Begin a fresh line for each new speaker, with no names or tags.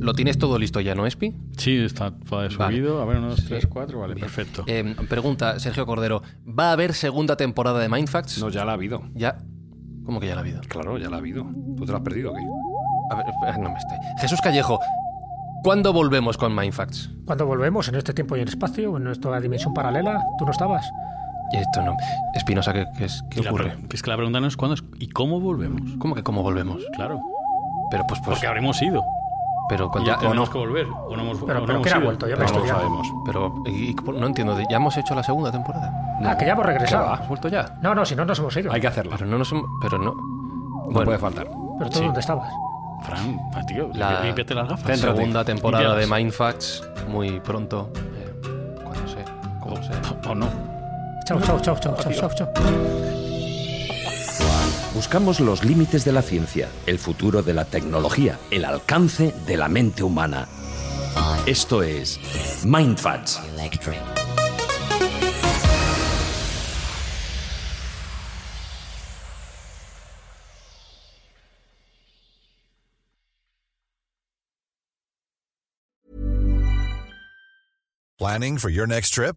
¿Lo tienes todo listo ya, no, Espi?
Sí, está todo subido. A ver, uno, dos, tres, cuatro. Vale,
Bien.
perfecto.
Eh, pregunta, Sergio Cordero. ¿Va a haber segunda temporada de Mindfacts?
No, ya la ha habido.
Ya. ¿Cómo que ya la ha habido?
Claro, ya la ha habido. ¿Tú te la has perdido o qué?
A ver, espera, no me estoy. Jesús Callejo, ¿cuándo volvemos con Mindfacts?
Cuando volvemos en este tiempo y en espacio, en nuestra dimensión paralela, tú no estabas.
Esto no. Espinosa, ¿qué, qué, es- qué
Y la
ocurre?
pre- es que la pregunta no es cuándo es- y cómo volvemos.
¿Cómo que cómo volvemos?
Claro.
Pero pues, pues.
Porque habremos ido.
Pero
Y
cuando.
ya
o no.
tenemos que volver. O no hemos, o
Pero,
no
pero
hemos
¿quién ha
ido.
vuelto? Yo me
Pero no
estoy
lo
ya.
sabemos.
Pero. y- y- no entiendo. Ya hemos hecho la segunda temporada.
Ah, que ya hemos regresado.
¿Has vuelto ya?
No, no, si no nos hemos ido.
Hay que hacerla.
Pero no nos. hem- Pero no.
No
Bueno,
puede faltar.
Pero tú
sí.
dónde estabas.
Fran, ah, tío,
La-
límpiate las gafas.
Céntrate.
segunda temporada de
Límpialas.
Mindfacts muy pronto. Eh, cuando sé.
Oh.
Cómo sé.
O no.
Chao, chao, chao, chao, chao, chao, chao.
Buscamos los límites de la ciencia, el futuro de la tecnología, el alcance de la mente humana. Esto es Mindfats.
Planning for your next trip?